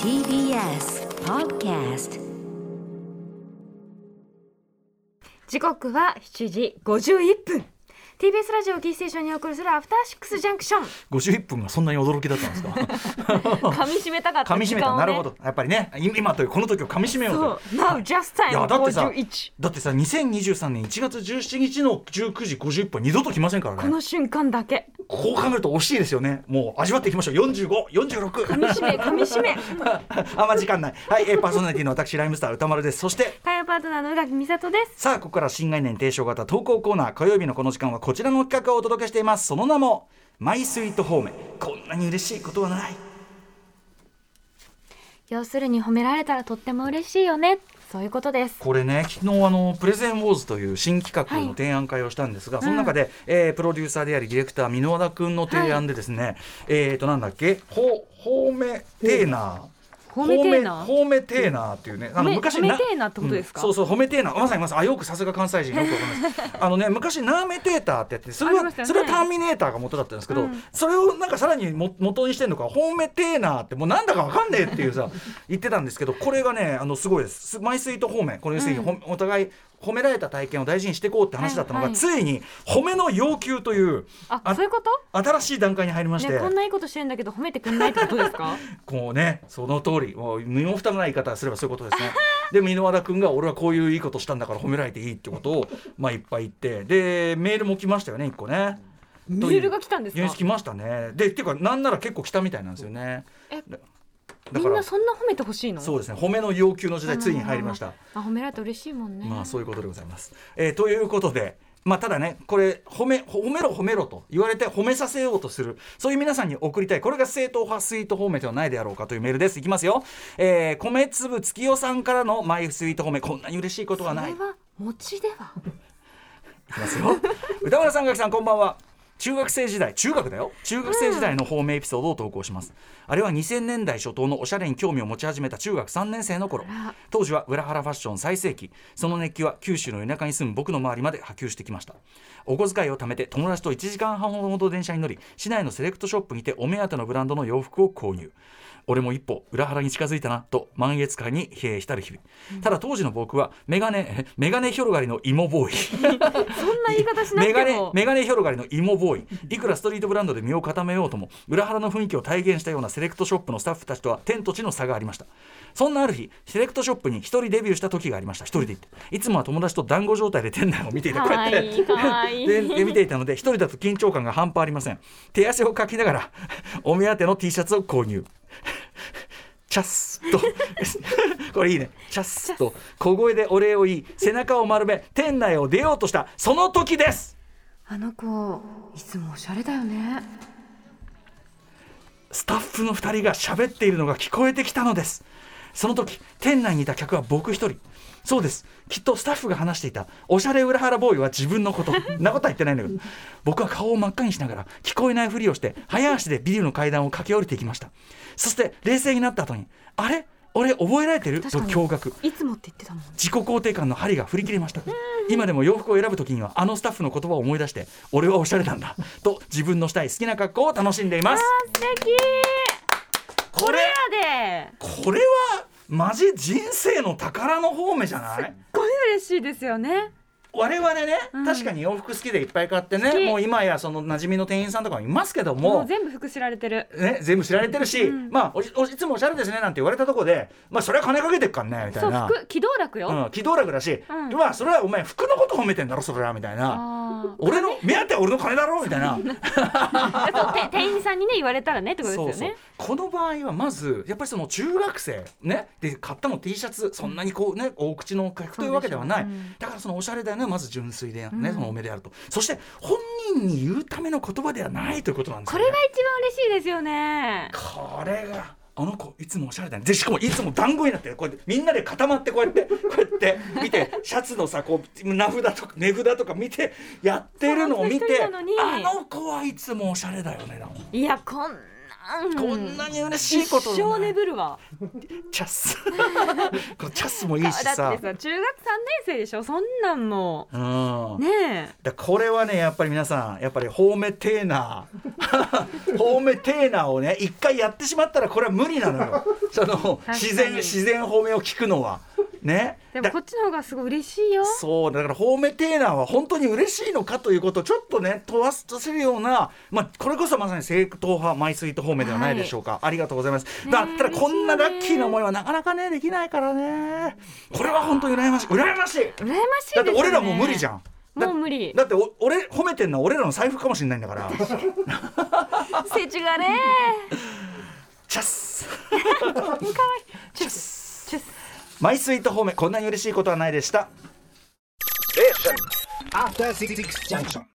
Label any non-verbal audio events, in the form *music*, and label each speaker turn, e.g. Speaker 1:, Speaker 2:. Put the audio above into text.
Speaker 1: TBS Podcast
Speaker 2: 時刻は7時51分 TBS ラジオキーステーションにお送りするアフターシックスジャンクション
Speaker 3: 51分がそんなに驚きだった
Speaker 2: *laughs*
Speaker 3: んですか
Speaker 2: 噛み締めたかった
Speaker 3: 噛み
Speaker 2: 時
Speaker 3: 締め
Speaker 2: 間
Speaker 3: た
Speaker 2: を、ね、
Speaker 3: なるほどやっぱりね今というこの時を噛み締めようと
Speaker 2: そう Now just
Speaker 3: い
Speaker 2: time
Speaker 3: やだってさ
Speaker 2: 51
Speaker 3: だってさ2023年1月17日の19時51分二度と来ませんから
Speaker 2: こ
Speaker 3: ね
Speaker 2: の瞬間だけ
Speaker 3: こう考えると惜しいですよねもう味わっていきましょう
Speaker 2: 噛み
Speaker 3: 4546
Speaker 2: 締め噛み締め
Speaker 3: *laughs* あんま時間ないはいえーパーソナリティの私ライムスター歌丸ですそして
Speaker 2: 火曜パートナーの宇垣美里です
Speaker 3: さあここから新概念提唱型投稿コーナー火曜日のこの時間はこちらの企画をお届けしていますその名も「マイスイートホームこんなに嬉しいことはない」
Speaker 2: 要するに褒められたらとっても嬉しいよねそういうことです
Speaker 3: これね昨日あのプレゼンウォーズという新企画の提案会をしたんですが、
Speaker 2: い
Speaker 3: その中で、えープロデューサーでありディレクター箕輪田君の提案でですね、えっ、となんだっけほ方面テーナー
Speaker 2: 褒めてーな
Speaker 3: 褒めテーナーっていうね、あの
Speaker 2: 褒め
Speaker 3: 昔
Speaker 2: 褒めテーナーってことですか
Speaker 3: うんそうそう褒めテーナー、まさにまさにあよくさすが関西
Speaker 2: *laughs*
Speaker 3: 人よくわかります。あのね昔ナーメテーターってやって、それ
Speaker 2: あり
Speaker 3: は、
Speaker 2: ましたよね
Speaker 3: それはターミネーターが元だったんですけど、
Speaker 2: うん
Speaker 3: それをなんかさらにも元にしてんのか褒めテーナーってもうなんだかわかんねえってい
Speaker 2: *laughs*
Speaker 3: うさ言ってたんですけど、これがねあのすごいです。マイスイート方面これ要するにほんお互い褒められた体験を大事にしていこうって話だったのが、
Speaker 2: はいはい
Speaker 3: ついに褒めの要求という
Speaker 2: あ
Speaker 3: あ
Speaker 2: そういうこと
Speaker 3: 新しい段階に入りまして、
Speaker 2: ね、こんないいことしてんだけど褒めてくんないってことです
Speaker 3: *laughs*
Speaker 2: か
Speaker 3: こうねその通りもう身も蓋もない言い方すればそういうことですねで箕輪田君が俺はこういういいことしたんだから褒められていいってこと
Speaker 2: *laughs*
Speaker 3: をまあいっぱい言ってでメールも来ましたよね一個ね
Speaker 2: メールが来たんです
Speaker 3: いや来
Speaker 2: か
Speaker 3: ましたねでっていうかなんなら結構来たみたいなんですよね
Speaker 2: え
Speaker 3: だだ
Speaker 2: み
Speaker 3: か
Speaker 2: んな
Speaker 3: ら
Speaker 2: そんな褒めてほしいの
Speaker 3: そうですね褒めの要求の時代ついに入りました
Speaker 2: あ褒められたら嬉しいもんね
Speaker 3: まあそういうことでございます。えーということで。まあ、ただねこれ褒め褒めろ褒めろと言われて褒めさせようとするそういう皆さんに送りたいこれが正統派スイート褒めではないであろうかというメールですいきますよ、えー、米粒月代さんからのマイスイート褒めこんなに嬉しいこと
Speaker 2: こ
Speaker 3: はない
Speaker 2: れ
Speaker 3: い
Speaker 2: は餅では
Speaker 3: きますよ歌丸さんがきさんこんばんは中学生時代中学だよ中学生時代の褒めエピソードを投稿します、あれは2000年代初頭のおしゃれに興味を持ち始めた中学3年生の頃
Speaker 2: あら
Speaker 3: 当時は裏原ファッション最盛期その熱気は九州の田舎に住む僕の周りまで波及してきましたお小遣いを貯めて友達と1時間半ほど電車に乗り市内のセレクトショップにてお目当てのブランドの洋服を購入俺も一歩裏原に近づいたなと満月感に疲弊したる日々ただ当時の僕はメガネメガネ広がりの芋ボーイ
Speaker 2: そんな言い方しな
Speaker 3: メ
Speaker 2: く
Speaker 3: ガ
Speaker 2: て
Speaker 3: ネ
Speaker 2: も
Speaker 3: メガネ広がりの芋ボーイいくらストリートブランドで身を固めようとも裏腹の雰囲気を体現したようなセレクトショップのスタッフたちとは天と地の差がありましたそんなある日セレクトショップに一人デビューした時がありました一人で行っていつもは友達と団子状態で店内を見ていたこうやっ
Speaker 2: かわいい
Speaker 3: て
Speaker 2: かわいい
Speaker 3: でで見ていたので一人だと緊張感が半端ありません手汗をかきながらお目当ての T シャツを購入チャスと *laughs* これいいねチャスと小声でお礼を言い背中を丸め店内を出ようとしたその時です
Speaker 2: あの子いつもおしゃれだよね
Speaker 3: スタッフの2人が喋っているのが聞こえてきたのですその時店内にいた客は僕1人そうですきっとスタッフが話していたおしゃれ裏腹ボーイは自分のことんなことは言ってないんだけど僕は顔を真っ赤にしながら聞こえないふりをして早足でビルの階段を駆け下りていきましたそして冷静になった後にあれ俺覚えられてると
Speaker 2: 確かに
Speaker 3: 驚愕
Speaker 2: いつもって言ってたもん
Speaker 3: 自己肯定感の針が振り切れました今でも洋服を選ぶ時にはあのスタッフの言葉を思い出して俺はおしゃれなんだと自分のしたい好きな格好を楽しんでいます
Speaker 2: 素敵
Speaker 3: これ
Speaker 2: やで
Speaker 3: これはマジ人生の宝の方面じゃない
Speaker 2: これ嬉しいですよね
Speaker 3: 我々ね、
Speaker 2: うん
Speaker 3: 確かに洋服好きでいっぱい買って
Speaker 2: 好き
Speaker 3: ねもう今やその馴染みの店員さんとかもいますけど
Speaker 2: も
Speaker 3: も
Speaker 2: う全部服知られてる
Speaker 3: ね、全部知られてるし、
Speaker 2: うん
Speaker 3: まあおじおじいつもおしゃれですねなんて言われたとこでまあそれは金かけてっからねみた
Speaker 2: そ
Speaker 3: いうな
Speaker 2: 服気道楽よ、
Speaker 3: うん、気道楽だし、
Speaker 2: うん
Speaker 3: まあそれはお前服のこと褒めてんだろそれはみたいな
Speaker 2: あ
Speaker 3: 俺の目当ては俺の金だろみたいな
Speaker 2: あそうて店員さんにね言われたらねってことですよね
Speaker 3: この場合はまずやっぱりその中学生ねで買ったの T シャツそんなにこうね大口の客というわけではない、
Speaker 2: そうでしょううん
Speaker 3: だからそのおしゃれだよねまず純粋でね、
Speaker 2: うん
Speaker 3: そのおめであるとそして本人に言うための言葉ではないということなんです
Speaker 2: こ
Speaker 3: よ
Speaker 2: れ
Speaker 3: ね
Speaker 2: が一番嬉しいですよね
Speaker 3: これがあの子いつもおしゃれだねでしかもいつも団子になってるこうやってみんなで固まってこうやってこうやって見てシャツのさこう名札とか値札とか見てやってるのを見
Speaker 2: そう
Speaker 3: て
Speaker 2: あの人一人なのに
Speaker 3: あの子はいつもおしゃれだよねだもん
Speaker 2: いやこんな
Speaker 4: うん
Speaker 3: こんなに嬉しいこと
Speaker 2: 一生眠るわ
Speaker 3: チャス *laughs* このチャスもいいし
Speaker 2: だっ
Speaker 3: さ
Speaker 2: てさ中学三年生でしょそんなんも
Speaker 3: うん
Speaker 2: うねえ
Speaker 3: だからこれはねやっぱり皆さんやっぱりホーメテー *laughs* ナーホーメテーナーをね一回やってしまったらこれは無理なのよその
Speaker 2: に
Speaker 3: 自然自然褒めを聞くのはね
Speaker 2: でも
Speaker 3: だ
Speaker 2: こっちの方がすごい嬉しいよ
Speaker 3: そうだからホーメテーナーは本当に嬉しいのかということをちょっとね問わせるような、まあ、これこそまさに正統派マイスイート方面ではないでしょうか、ありがとうございます
Speaker 2: ねえ
Speaker 3: だったらこんなラッキーな思いはなかなかねできないからねこれは本当に羨ましい羨まし
Speaker 2: 羨ましい
Speaker 3: い
Speaker 2: です
Speaker 3: だ
Speaker 2: よ
Speaker 3: っ
Speaker 2: ね
Speaker 3: て俺らもう無理じゃんだ
Speaker 2: もう無理
Speaker 3: だってお俺褒めてんのは俺らの財布かもしれないん
Speaker 2: *laughs*
Speaker 3: だから
Speaker 4: せちがね
Speaker 3: チャス
Speaker 2: チュッチュッ
Speaker 3: マイスイート方面こんなに嬉しいことはないでした
Speaker 5: After Six Junction.